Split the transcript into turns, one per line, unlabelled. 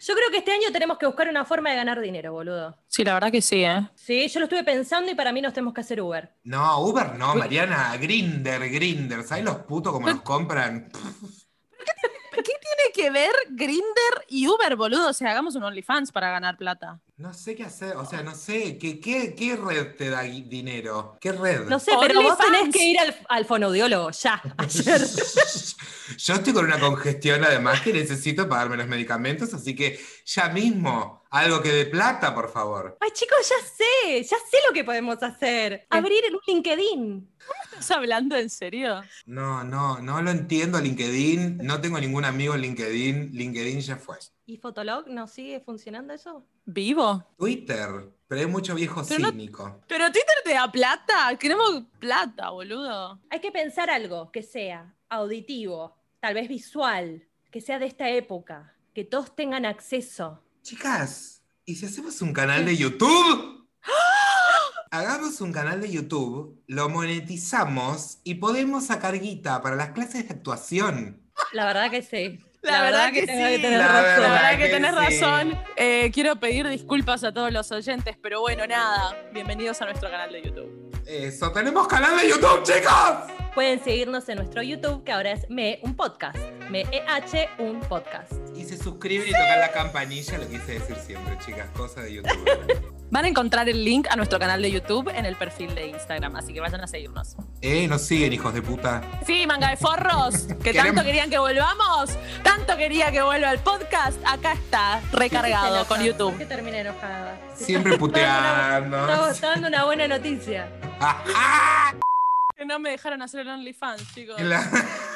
Yo creo que este año tenemos que buscar una forma de ganar dinero, boludo.
Sí, la verdad que sí, ¿eh?
Sí, yo lo estuve pensando y para mí nos tenemos que hacer Uber.
No, Uber no, Mariana, Grinder, Grinder. ¿Sabes los putos cómo nos compran? Pff,
¿Qué tiene que ver Grinder y Uber, boludo? O sea, hagamos un OnlyFans para ganar plata.
No sé qué hacer, o sea, no sé, ¿qué, qué, qué red te da gui- dinero? ¿Qué red?
No sé, pero vos
OnlyFans.
tenés que ir al, al fonoaudiólogo ya, ayer.
Yo estoy con una congestión además que necesito pagarme los medicamentos, así que ya mismo, algo que de plata, por favor.
Ay, chicos, ya sé, ya sé lo que podemos hacer. Abrir un LinkedIn.
¿Estás hablando en serio?
No, no, no lo entiendo LinkedIn, no tengo ningún amigo en LinkedIn, LinkedIn ya fue.
¿Y Fotolog no sigue funcionando eso?
¿Vivo?
Twitter, pero hay mucho viejo
Pero no-
cínico.
Pero Twitter te da plata. Queremos plata, boludo.
Hay que pensar algo que sea auditivo, tal vez visual, que sea de esta época, que todos tengan acceso.
Chicas, ¿y si hacemos un canal de YouTube? Hagamos un canal de YouTube, lo monetizamos y podemos sacar guita para las clases de actuación.
La verdad que sí.
La verdad que
tengo
sí.
tener
La
razón.
La verdad
verdad
que
que
tenés
sí.
razón. Eh, quiero pedir disculpas a todos los oyentes, pero bueno, nada. Bienvenidos a nuestro canal de YouTube.
Eso, tenemos canal de YouTube, chicos.
Pueden seguirnos en nuestro YouTube, que ahora es Me Un Podcast. Me EH Un Podcast.
Y se suscriben y tocan la campanilla, lo quise decir siempre, chicas, cosa de YouTube.
Van a encontrar el link a nuestro canal de YouTube en el perfil de Instagram, así que vayan a seguirnos.
eh, nos siguen, hijos de puta.
Sí, manga de forros, que tanto
Queremos-
querían que volvamos, tanto quería que vuelva el podcast, acá está, recargado con
¿Por
YouTube.
qué terminé enojada?
Siempre
Estaba,
puteando.
estaba dando una buena noticia.
No me dejaron hacer el OnlyFans, chicos.
La-